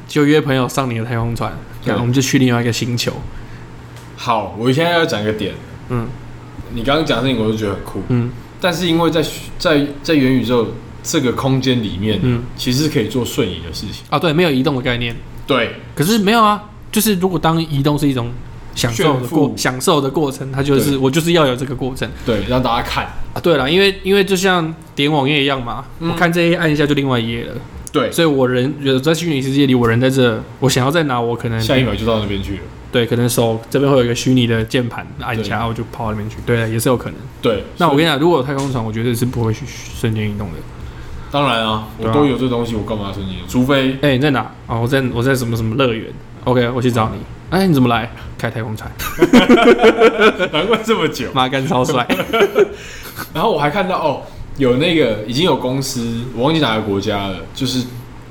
A: 就约朋友上你的太空船，
B: 对
A: 然后我们就去另外一个星球。
B: 好，我现在要讲一个点，
A: 嗯
B: 你刚刚讲的事情我就觉得很酷，
A: 嗯
B: 但是因为在在在元宇宙这个空间里面，
A: 嗯
B: 其实可以做瞬移的事情，
A: 啊，对，没有移动的概念。
B: 对，
A: 可是没有啊，就是如果当移动是一种享受的
B: 炫富
A: 过享受的过程，它就是
B: 对
A: 我就是要有这个过程
B: 对，让大家看，
A: 啊。对了，因为因为就像点网页一样嘛，
B: 嗯
A: 我看这一页按一下就另外一页了，
B: 对，
A: 所以我人有在虚拟世界里，我人在这，我想要在哪，我可能
B: 下一秒就到那边去了，
A: 对，可能手这边会有一个虚拟的键盘，按一下我就跑到那边去，对，也是有可能。
B: 对，
A: 那我
B: 所
A: 跟
B: 以
A: 你讲，如果有太空船，我觉得是不会去瞬间移动的。
B: 当然啊，我
A: 对啊
B: 都有这东西，我干嘛要瞬移？
A: *laughs*
B: 除非
A: 哎、你在哪？啊，我在我在什么什么乐园。OK，我去找你。哎、你怎么来？开太空船，
B: 难怪这么久。
A: 妈干超帅。
B: 然后我还看到哦，有那个已经有公司，我忘记哪个国家了，就是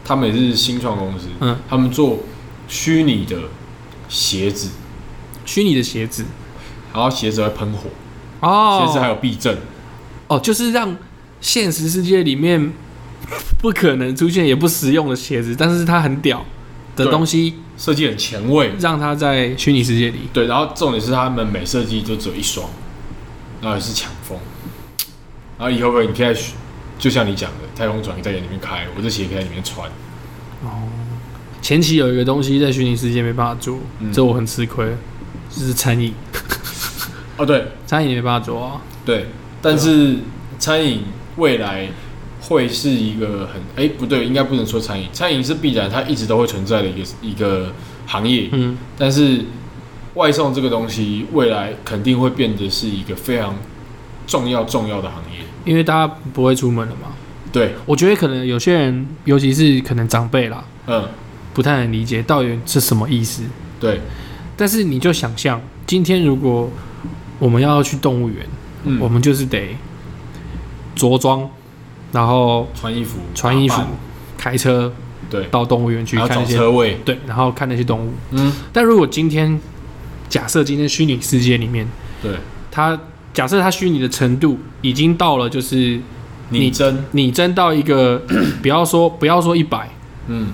B: 他们也是新创公司，
A: 嗯
B: 他们做虚拟的鞋子，
A: *laughs* 虚拟的鞋子
B: 然后鞋子会喷火，鞋子还
A: 哦
B: 有避震，
A: 哦，就是让现实世界里面不可能出现也不实用的鞋子，但是它很屌的
B: 对
A: 东西，
B: 设计很前卫。
A: 让它在虚拟世界里。
B: 对，然后重点是他们每设计就只有一双，然后也是抢风。然后以后可以你可以在就像你讲的，太空船可以在里面开，我这鞋可以在里面穿。
A: 前期有一个东西在虚拟世界没办法做，
B: 嗯
A: 这我很吃亏，就是餐饮，
B: 哦，对
A: 餐饮也没办法做啊。
B: 对，但是餐饮未来会是一个很哎、不对，应该不能说餐饮，餐饮是必然，它一直都会存在的一个一个行业。
A: 嗯，
B: 但是外送这个东西，未来肯定会变得是一个非常重要重要的行业。
A: 因为大家不会出门了嘛。
B: 对，
A: 我觉得可能有些人，尤其是可能长辈啦，
B: 嗯，
A: 不太能理解到底是什么意思。
B: 对，
A: 但是你就想象，今天如果我们要去动物园，
B: 嗯，
A: 我们就是得着装，然后
B: 穿衣服，
A: 穿衣服
B: 打扮，
A: 开车
B: 对，
A: 到动物园去
B: 还要
A: 看
B: 找
A: 那些
B: 车位，
A: 对，然后看那些动物。
B: 嗯，
A: 但如果今天假设今天虚拟世界里面，
B: 对，
A: 它假设它虚拟的程度已经到了，就是
B: 拟真，
A: 你真到一个， *clears throat* 不要说不要说一百
B: 嗯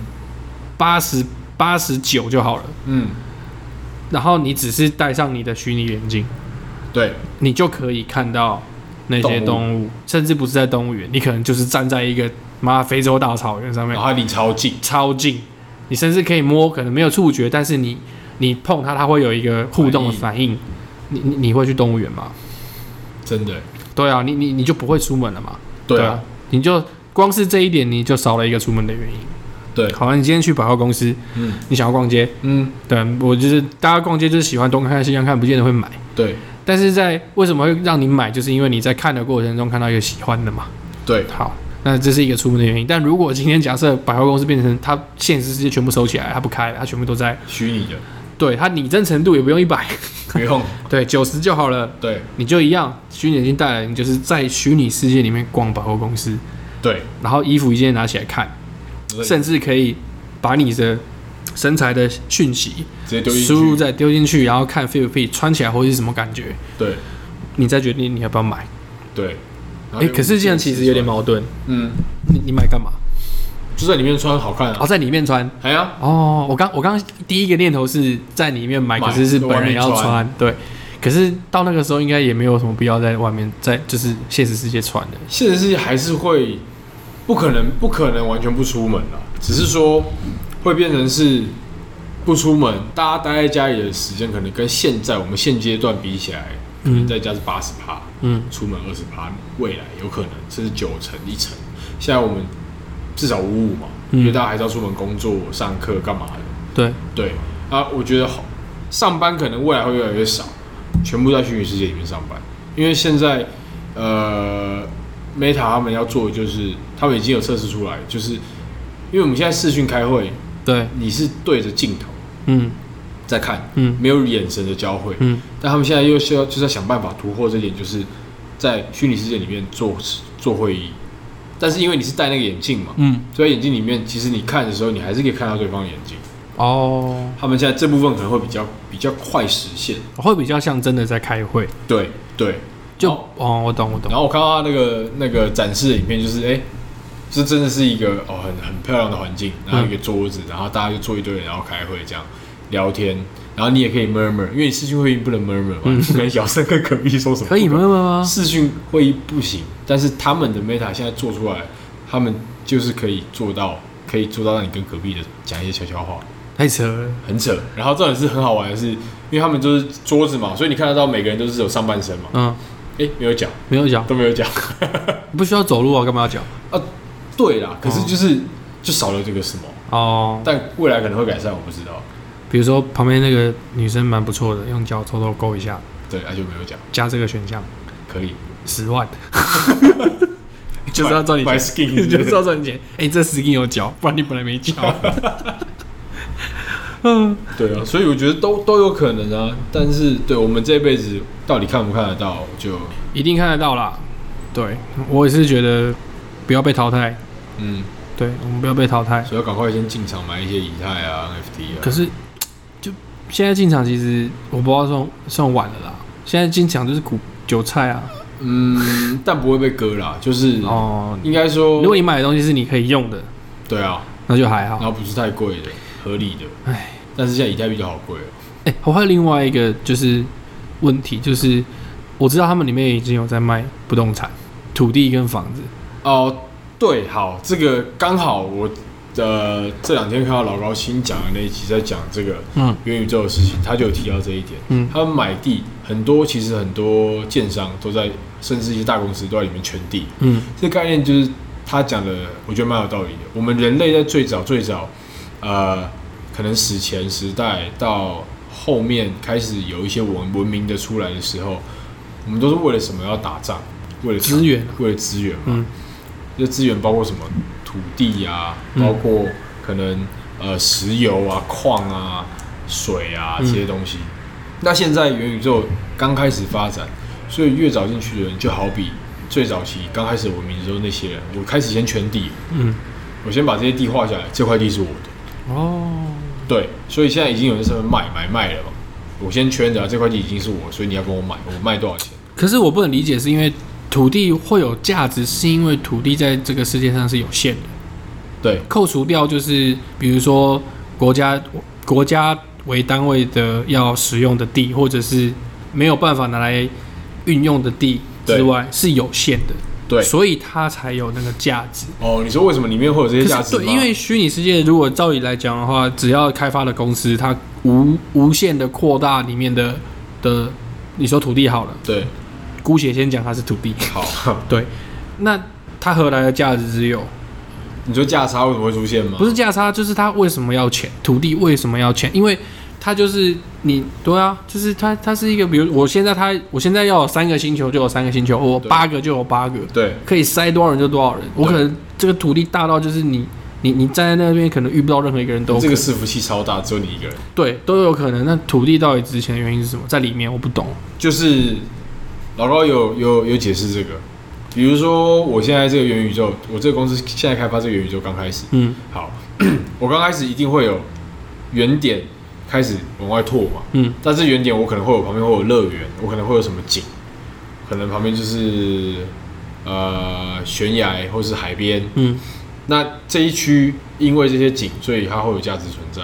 A: 八十八十九就好了，
B: 嗯，
A: 然后你只是戴上你的虚拟眼镜，
B: 对，
A: 你就可以看到那些
B: 动物
A: 动物，甚至不是在动物园，你可能就是站在一个妈非洲大草原上面
B: 然，后它离超近，
A: 超近，你甚至可以摸，可能没有触觉，但是你你碰它，它会有一个互动的反应。你你你会去动物园吗？
B: 真的，
A: 对啊，你你你就不会出门了嘛？
B: 对啊，，
A: 你就光是这一点，你就少了一个出门的原因。
B: 对，
A: 好了，啊你今天去百货公司，
B: 嗯
A: 你想要逛街，
B: 嗯，
A: 对啊我就是大家逛街就是喜欢东看看西看看，不见得会买。
B: 对
A: 但是在为什么会让你买，就是因为你在看的过程中看到一个喜欢的嘛。
B: 对，
A: 好，那这是一个出门的原因。但如果今天假设百货公司变成它现实世界全部收起来，它不开了，它全部都在
B: 虚拟
A: *laughs*
B: 的，
A: 对它拟真程度也不用一百， *laughs*
B: 不用，
A: 对九十就好了，
B: 对
A: 你就一样。虚拟眼镜戴了，你就是在虚拟世界里面逛百货公司， *laughs*
B: 对，
A: 然后衣服一件拿起来看，
B: 对
A: 甚至可以把你的身材的讯息
B: 直接丢进去
A: 输入，再丢进去，然后看 fit 不 fit 穿起来会是什么感觉，
B: 对
A: 你再决定你要不要买。
B: 对，然后
A: 哎、
B: 用
A: 可是这样其实有点矛盾，
B: 嗯，
A: 你你买干嘛？
B: 就在里面穿好看
A: 哦，
B: 啊，
A: 在里面穿。
B: 哎呀，
A: 哦，我刚我刚第一个念头是在里面买，
B: 买
A: 可是是本人要
B: 在外面
A: 穿，对。可是到那个时候应该也没有什么必要在外面在就是现实世界穿的。
B: 现实世界还是会不可能不可能完全不出门啊，只是说会变成是不出门，大家待在家里的时间可能跟现在我们现阶段比起来，可能在家是八十趴，
A: 嗯，
B: 出门二十趴，未来有可能甚至九成一成。现在我们至少五五嘛，
A: 嗯
B: 因为大家还是要出门工作、上课干嘛的。
A: 对，
B: 对啊，我觉得好上班可能未来会越来越少，全部在虚拟世界里面上班，因为现在呃，Meta 他们要做的就是他们已经有测试出来，就是因为我们现在视讯开会，
A: 对，
B: 你是对着镜头
A: 嗯
B: 在看，
A: 嗯
B: 没有眼神的交汇，
A: 嗯，
B: 但他们现在又需要就是要想办法突破这点，就是在虚拟世界里面做做会议，但是因为你是戴那个眼镜嘛，
A: 嗯，
B: 所以眼镜里面其实你看的时候，你还是可以看到对方的眼睛。
A: 哦，
B: 他们现在这部分可能会比较比较快实现，
A: 会比较像真的在开会，
B: 对对。
A: 就
B: 哦
A: 哦，我懂我懂
B: 然，后我看到他那个那个展示的影片，就是哎、这真的是一个哦很很漂亮的环境，然后一个桌子，然后大家就坐一堆人，然后开会这样聊天，然后你也可以 murmur，因为你视讯会议不能 murmur 嘛，你不可能小声跟隔壁说什么，
A: 可以吗？吗
B: 视讯会议不行，但是他们的 Meta 现在做出来，他们就是可以做到，可以做到让你跟隔壁的讲一些悄悄话，
A: 太扯了，
B: 很扯。然后这种是很好玩的是，因为他们就是桌子嘛，所以你看得到每个人都是有上半身嘛，
A: 嗯，
B: 诶，没有脚，
A: 没有脚，
B: 都没有脚。
A: 不需要走路啊，干嘛要脚？
B: 对啦，可是就是、就少了这个什么，
A: 哦，
B: 但未来可能会改善，我不知道。
A: 比如说旁边那个女生蛮不错的，用脚偷偷勾一下，
B: 对，啊那就没有脚，
A: 加这个选项
B: 可以，
A: 十万，就是要赚你
B: 买
A: 钱，
B: skin，是不是
A: *laughs*
B: *laughs*
A: 就是要赚你钱。哎，这 skin 有脚，不然你本来没脚。 *laughs* 嗯，
B: 对啊，所以我觉得都都有可能啊，但是对我们这辈子到底看不看得到，就
A: 一定看得到啦。对我也是觉得不要被淘汰，
B: 嗯。
A: 对我们不要被淘汰。
B: 所以要赶快先进场买一些以太啊、NFT 啊。
A: 可是，就现在进场其实我不知道算算晚了啦。现在进场就是苦韭菜啊。
B: 嗯，但不会被割啦，就是
A: 哦，
B: 应该说，
A: 如果你买的东西是你可以用的，
B: 对啊，
A: 那就还
B: 然
A: 好。
B: 后不是太贵的，合理的。
A: 唉，
B: 但是现在以太币就好贵哦。
A: 哎、我还有另外一个就是问题，就是我知道他们里面已经有在卖不动产、土地跟房子。
B: 哦，对，好，这个刚好我呃这两天看到老高新讲的那一集在讲这个
A: 嗯
B: 元宇宙的事情，他就有提到这一点。
A: 嗯
B: 他们买地很多，其实很多建商都在，甚至一些大公司都在里面圈地。
A: 嗯
B: 这概念就是他讲的，我觉得蛮有道理的。我们人类在最早最早，呃，可能史前时代到后面开始有一些文文明的出来的时候，我们都是为了什么要打仗？为了
A: 资源啊，
B: 为了资源嘛。
A: 嗯
B: 这资源包括什么？土地啊，
A: 嗯
B: 包括可能呃石油啊、矿啊、水啊这
A: 嗯
B: 些东西。那现在元宇宙刚开始发展，所以越早进去的人，就好比最早期刚开始文明的时候那些人，我开始先圈地，
A: 嗯，
B: 我先把这些地划下来，这块地是我的。
A: 哦，
B: 对，所以现在已经有人在上面卖买卖了嘛。我先圈着、啊，这块地已经是我，所以你要跟我买，我卖多少钱？
A: 可是我不能理解，是因为土地会有价值，是因为土地在这个世界上是有限的。
B: 对，
A: 扣除掉就是比如说国家国家为单位的要使用的地，或者是没有办法拿来运用的地之外，是有限的。
B: 对
A: 所以它才有那个价值。
B: 哦，你说为什么里面会有这些价值
A: 可是
B: 吗？
A: 对，因为虚拟世界如果照理来讲的话，只要开发的公司它无无限的扩大里面的的，你说土地好了，
B: 对，
A: 姑且先讲它是土地，
B: 好， *laughs*
A: 对，那它何来的价值只
B: 哦
A: 有？
B: 你说价差为什么会出现吗？
A: 不是价差，就是它为什么要钱？土地为什么要钱？因为它就是你对啊，就是它它是一个，比如我现在它我现在要有三个星球就有三个星球，我
B: 对
A: 八个就有八个，
B: 对，
A: 可以塞多少人就多少人。我
B: 对
A: 可能这个土地大到就是你你你站在那边可能遇不到任何一个人都
B: 这个伺服器超大，只有你一个人。
A: 对都有可能。那土地到底值钱的原因是什么？在里面我不懂。
B: 就是老高有有有解释这个，比如说我现在这个元宇宙，我这个公司现在开发这个元宇宙刚开始，
A: 嗯
B: 好， *clears throat* 我刚开始一定会有原点开始往外拓嘛，
A: 嗯，
B: 但是原点我可能会有旁边会有乐园，我可能会有什么景，可能旁边就是呃悬崖或是海边，
A: 嗯
B: 那这一区因为这些景，所以它会有价值存在。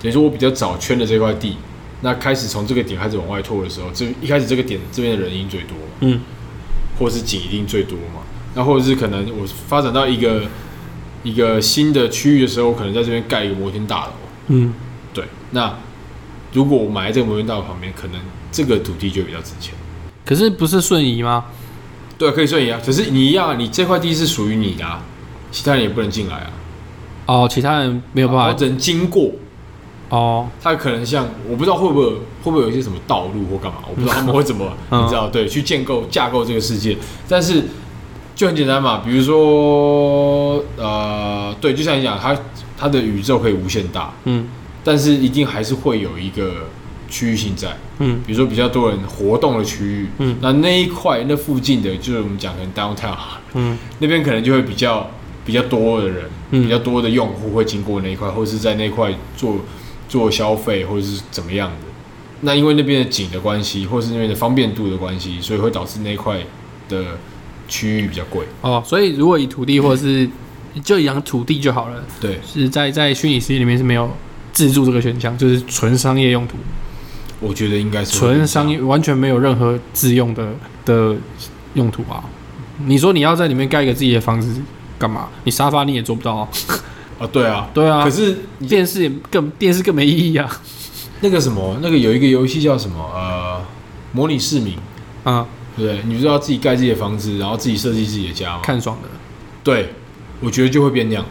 B: 等于说我比较早圈的这块地，那开始从这个点开始往外拓的时候，这一开始这个点这边的人一定最多嘛，
A: 嗯
B: 或是景一定最多嘛。那或者是可能我发展到一个一个新的区域的时候，我可能在这边盖一个摩天大楼。
A: 嗯，
B: 对，那如果我买在这个摩天大楼旁边，可能这个土地就比较值钱。
A: 可是不是瞬移吗？
B: 对，可以算一样，可是你一样啊，你这块地是属于你的、啊，其他人也不能进来啊，
A: 哦，其他人没有
B: 我
A: 办法
B: 只能经过。
A: 哦，
B: 它可能像我不知道会不会有会不会有一些什么道路或干嘛，
A: *laughs*
B: 我不知道他们会怎么，
A: 嗯
B: 你知道对，去建构架构这个世界。但是就很简单嘛，比如说呃，对，就像你讲，它它的宇宙可以无限大，
A: 嗯
B: 但是一定还是会有一个区域性在，
A: 嗯
B: 比如说比较多人活动的区域，
A: 嗯
B: 那那一块那附近的就是我们讲可能 downtown
A: 嗯
B: 那边可能就会比较比较多的人，
A: 嗯
B: 比较多的用户会经过那一块，或是在那块做做消费，或者是怎么样的。那因为那边的景的关系，或是那边的方便度的关系，所以会导致那一块的区域比较贵。
A: 哦，所以如果以土地或者是就养土地就好了。
B: 对，
A: 是在在虚拟世界里面是没有自住这个选项，就是纯商业用途，
B: 我觉得应该是会
A: 纯商
B: 这样。
A: 业完全没有任何自用的的用途啊。你说你要在里面盖一个自己的房子干嘛？你沙发你也做不到、啊，
B: 啊，对啊，
A: 对啊
B: 可。是
A: 电视也更电视更没意义啊。
B: 那个什么，那个有一个游戏叫什么？呃，模拟市民，
A: 啊，
B: 对不对？你不是要自己盖自己的房子，然后自己设计自己的家吗？
A: 看爽的
B: 对，我觉得就会变那样。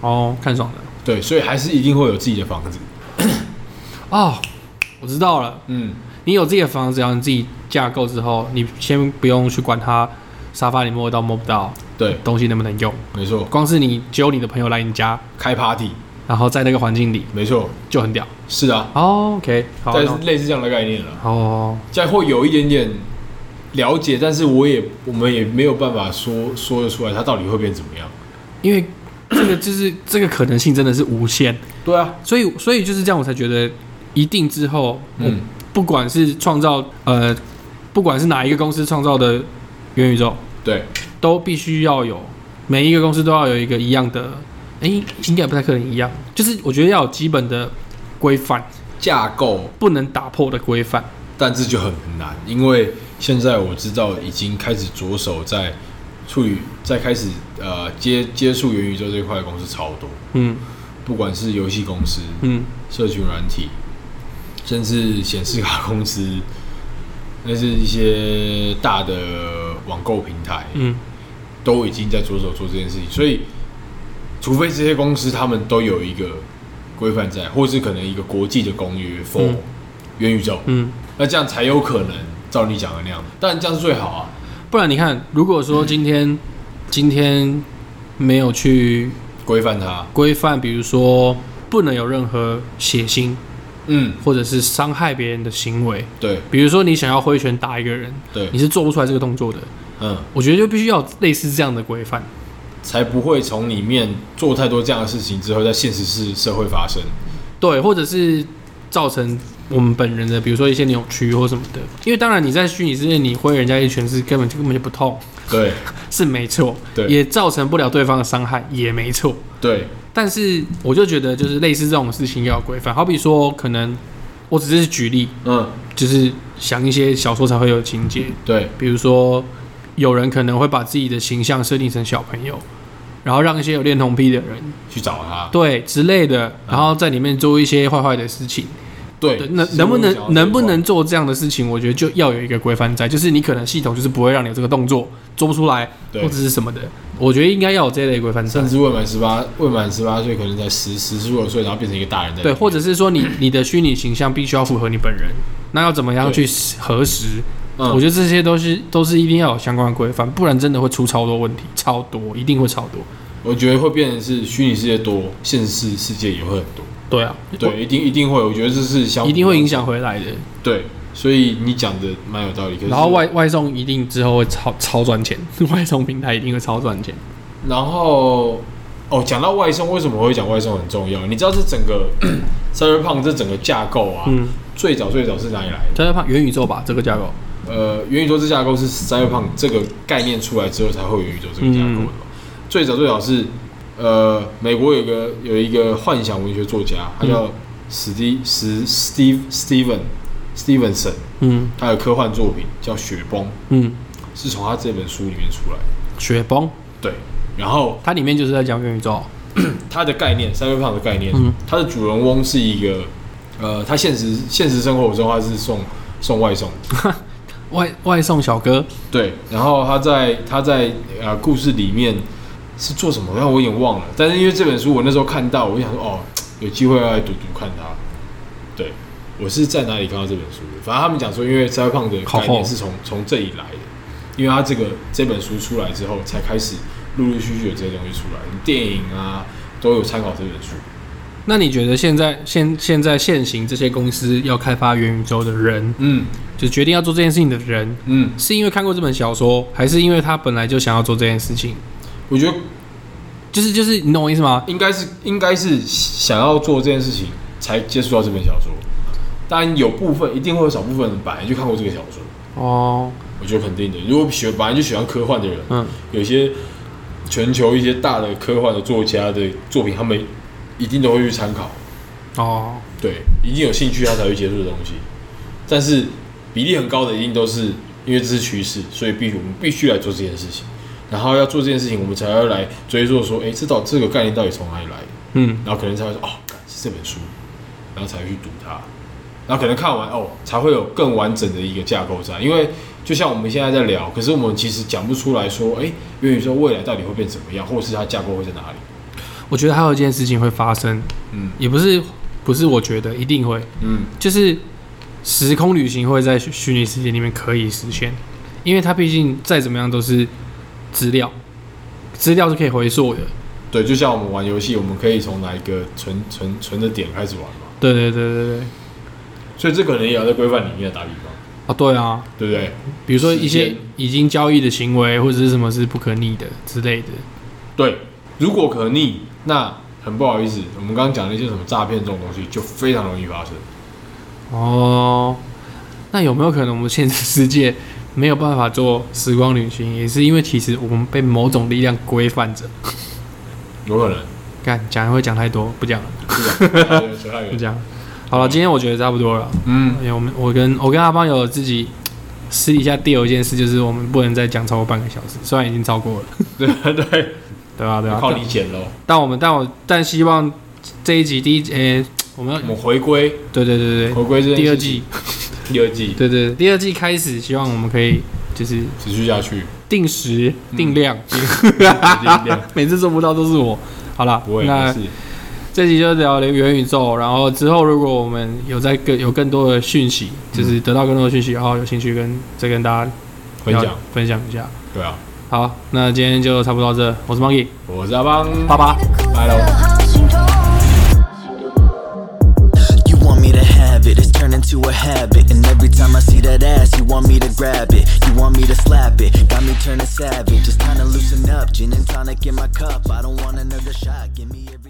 A: 哦，看爽的
B: 对，所以还是一定会有自己的房子。
A: 哦。我知道了，
B: 嗯，
A: 你有自己的房子，然后你自己架构之后，你先不用去管它沙发你摸得到摸不到，
B: 对，
A: 东西能不能用，
B: 没错，
A: 光是你揪你的朋友来你家，
B: 开 party，
A: 然后在那个环境里
B: 没错，
A: 就很屌。
B: 是啊，
A: 哦 OK，好，
B: 但
A: 那
B: 是类似这样的概念了，
A: 哦，
B: 这样会有一点点了解，但是我也我们也没有办法说说得出来它到底会变怎么样。
A: 因为这个 *coughs* 就是这个可能性真的是无限，
B: 对啊，
A: 所以所以就是这样，我才觉得一定之后，嗯
B: 嗯，
A: 不管是创造呃，不管是哪一个公司创造的元宇宙，
B: 对，
A: 都必须要有每一个公司都要有一个一样的，哎、应该不太可能一样，就是我觉得要有基本的规范，
B: 架构，
A: 不能打破的规范。
B: 但这就很难，因为现在我知道已经开始着手在处理，在开始呃接接触元宇宙这一块的公司超多，
A: 嗯
B: 不管是游戏公司、
A: 嗯，
B: 社群软体，甚至显示卡公司，那是一些大的网购平台，
A: 嗯，
B: 都已经在着手做这件事情。所以，除非这些公司他们都有一个规范在，或是可能一个国际的公约 for、
A: 嗯
B: 元宇宙，
A: 嗯，
B: 那这样才有可能照你讲的那样。当然这样是最好啊。
A: 不然你看，如果
B: 嗯
A: 说今天、今天没有去
B: 规范它，
A: 规范，比如说不能有任何血腥
B: 嗯，
A: 或者是伤害别人的行为，
B: 对
A: 比如说你想要挥拳打一个人，
B: 对
A: 你，是做不出来这个动作的。
B: 嗯，
A: 我觉得就必须要有类似这样的规范。
B: 才不会从里面做太多这样的事情之后，在现实世社会发生。
A: 对，或者是造成我们本人的，比如说一些扭曲或什么的。因为当然你在虚拟世界你挥人家一拳是根本就根本就不痛，
B: 对
A: 是没错，
B: 对
A: 也造成不了对方的伤害，也没错。
B: 对
A: 但是我就觉得就是类似这种事情要有规范，好比说可能我只是举例，
B: 嗯
A: 就是想一些小说才会有情节，
B: 对
A: 比如说有人可能会把自己的形象设定成小朋友，然后让一些有恋童癖的人
B: 去找他，
A: 对之类的，然后在里面做一些坏坏的事情。
B: 啊对
A: 对，能
B: 是
A: 能不
B: 我想要这
A: 能能
B: 一
A: 不
B: 块
A: 能做这样的事情，我觉得就要有一个规范在，就是你可能系统就是不会让你有这个动作做不出来，或
B: 对
A: 者是什么的，我觉得应该要有这类规范在
B: 甚。至未满十八未满十八岁，可能才十十十五岁，然后变成一个大人在
A: 对，
B: 里面
A: 或者是说你 *coughs* 你的虚拟形象必须要符合你本人，那要怎么样去核实？
B: 嗯
A: 我觉得这些都是都是一定要有相关的规范，不然真的会出超多问题，超多，一定会超多。
B: 我觉得会变成是虚拟世界多，现实世界也会很多。
A: 对啊，
B: 对，一定一定会，我觉得这是相
A: 我，一定会影。响回来的。
B: 对，所以你讲的蛮有道理。可是
A: 然后外外送一定之后会超超赚钱， *laughs* 外送平台一定会超赚钱。
B: 然后哦，讲到外送，为什么我会讲外送很重要？你知道这整个 Cyberpunk 这整个架构啊，
A: 嗯，
B: 最早最早是哪里来的？
A: 他在怕元宇宙吧，这个架构。
B: 呃，元宇宙这架构是 Cyberpunk 这个概念出来之后才会有元宇宙这个架构的嘛。最早最早是呃，美国有个有一个幻想文学作家，他叫史蒂史 Steve Steven Stevenson，
A: 嗯
B: 他的科幻作品叫《雪崩》，
A: 嗯，
B: 是从他这本书里面出来的。
A: 雪崩，
B: 对，然后
A: 它里面就是在讲元宇宙。
B: 他的概念，Cyberpunk 的概念，
A: 嗯
B: 他的主人翁是一个呃，他现实现实生活中他是送送外送的。
A: 外外送小哥，
B: 对，然后他在他在呃故事里面是做什么，但我有点忘了。但是因为这本书我那时候看到，我就想说哦，有机会要来读读看它。对，我是在哪里看到这本书的？反正他们讲说，因为斋胖的
A: 好
B: 概念
A: 厚
B: 是从从这里来的，因为他这个这本书出来之后，才开始陆陆续续有这些东西出来，电影啊都有参考这本书。
A: 那你觉得现在现现在现行这些公司要开发元宇宙的人，
B: 嗯
A: 就决定要做这件事情的人，
B: 嗯，
A: 是因为看过这本小说，还是因为他本来就想要做这件事情？
B: 我觉得
A: 就是就是，你懂我意思吗？
B: 应该是应该是想要做这件事情才接触到这本小说，当然有部分一定会有少部分人本来就看过这个小说，
A: 哦，
B: 我觉得肯定的。如果喜欢本来就喜欢科幻的人，
A: 嗯，
B: 有些全球一些大的科幻的作家的作品，他们一定都会去参考，
A: 哦，
B: 对，一定有兴趣他才会接触的东西。但是比例很高的一定都是因为这是趋势，所以必须我们必须来做这件事情。然后要做这件事情，我们才要来追溯说，哎，这到这个概念到底从哪里来的？
A: 嗯，
B: 然后可能才会说哦，干是这本书，然后才会去读它，然后可能看完哦，才会有更完整的一个架构在。因为就像我们现在在聊，可是我们其实讲不出来说，哎，元宇宙未来到底会变怎么样，或者是它架构会在哪里？
A: 我觉得还有一件事情会发生，
B: 嗯
A: 也不是不是，我觉得一定会，
B: 嗯，
A: 就是时空旅行会在虚虚拟世界里面可以实现，因为它毕竟再怎么样都是资料，资料是可以回溯的。
B: 对，就像我们玩游戏，我们可以从哪一个存存存的点开始玩嘛，
A: 对对对对对，
B: 所以这可能也要在规范里面打比方，
A: 啊对啊，
B: 对不对？
A: 比如说一
B: 时
A: 些
B: 间
A: 已经交易的行为或者是什么是不可逆的之类的。
B: 对，如果可逆，那很不好意思，我们刚刚讲那些什么诈骗这种东西，就非常容易发生。
A: 哦，那有没有可能我们现实世界没有办法做时光旅行，也是因为其实我们被某种力量规范着？
B: 有可能，
A: 干讲会讲太多，不讲了，
B: 是吧对扯太远
A: 不讲了。好了，今天我觉得差不多了。哎
B: 嗯，
A: 因为我们我跟我跟阿邦有自己私底下 deal 一件事，就是我们不能再讲超过半个小时，虽然已经超过了，
B: *laughs* 对对，
A: 对吧、对啊吧、
B: 靠你剪喽。
A: 但我们但我但希望这一集第一集，诶、我们要
B: 我们回归
A: 对对对
B: 回归这
A: 对，
B: 件
A: 第二
B: 事情，
A: 季，
B: 第二季
A: 对对对第二季开始，希望我们可以就是
B: 持续下去，
A: 定时
B: 嗯
A: 定量，
B: 定量
A: *laughs* 每次做不到都是我。好了
B: 不，会没
A: 那
B: 事。
A: 这集就聊元宇宙，然后之后如果我们有在更有更多的讯息，就是得到更多的讯息，然后有兴趣跟再跟大家
B: 分享，
A: 分享一下。
B: 对啊，
A: 好，那今天就差不多到这，我是 Monkey，
B: 我是阿邦，
A: 八八。
B: 拜喽。
C: You want me to have it, it's turned into a habit. And every time I see that ass, you want me to grab it. You want me to slap it, got me turning savage. Just kinda loosen up, gin and tonic in my cup. I don't want another shot, give me every.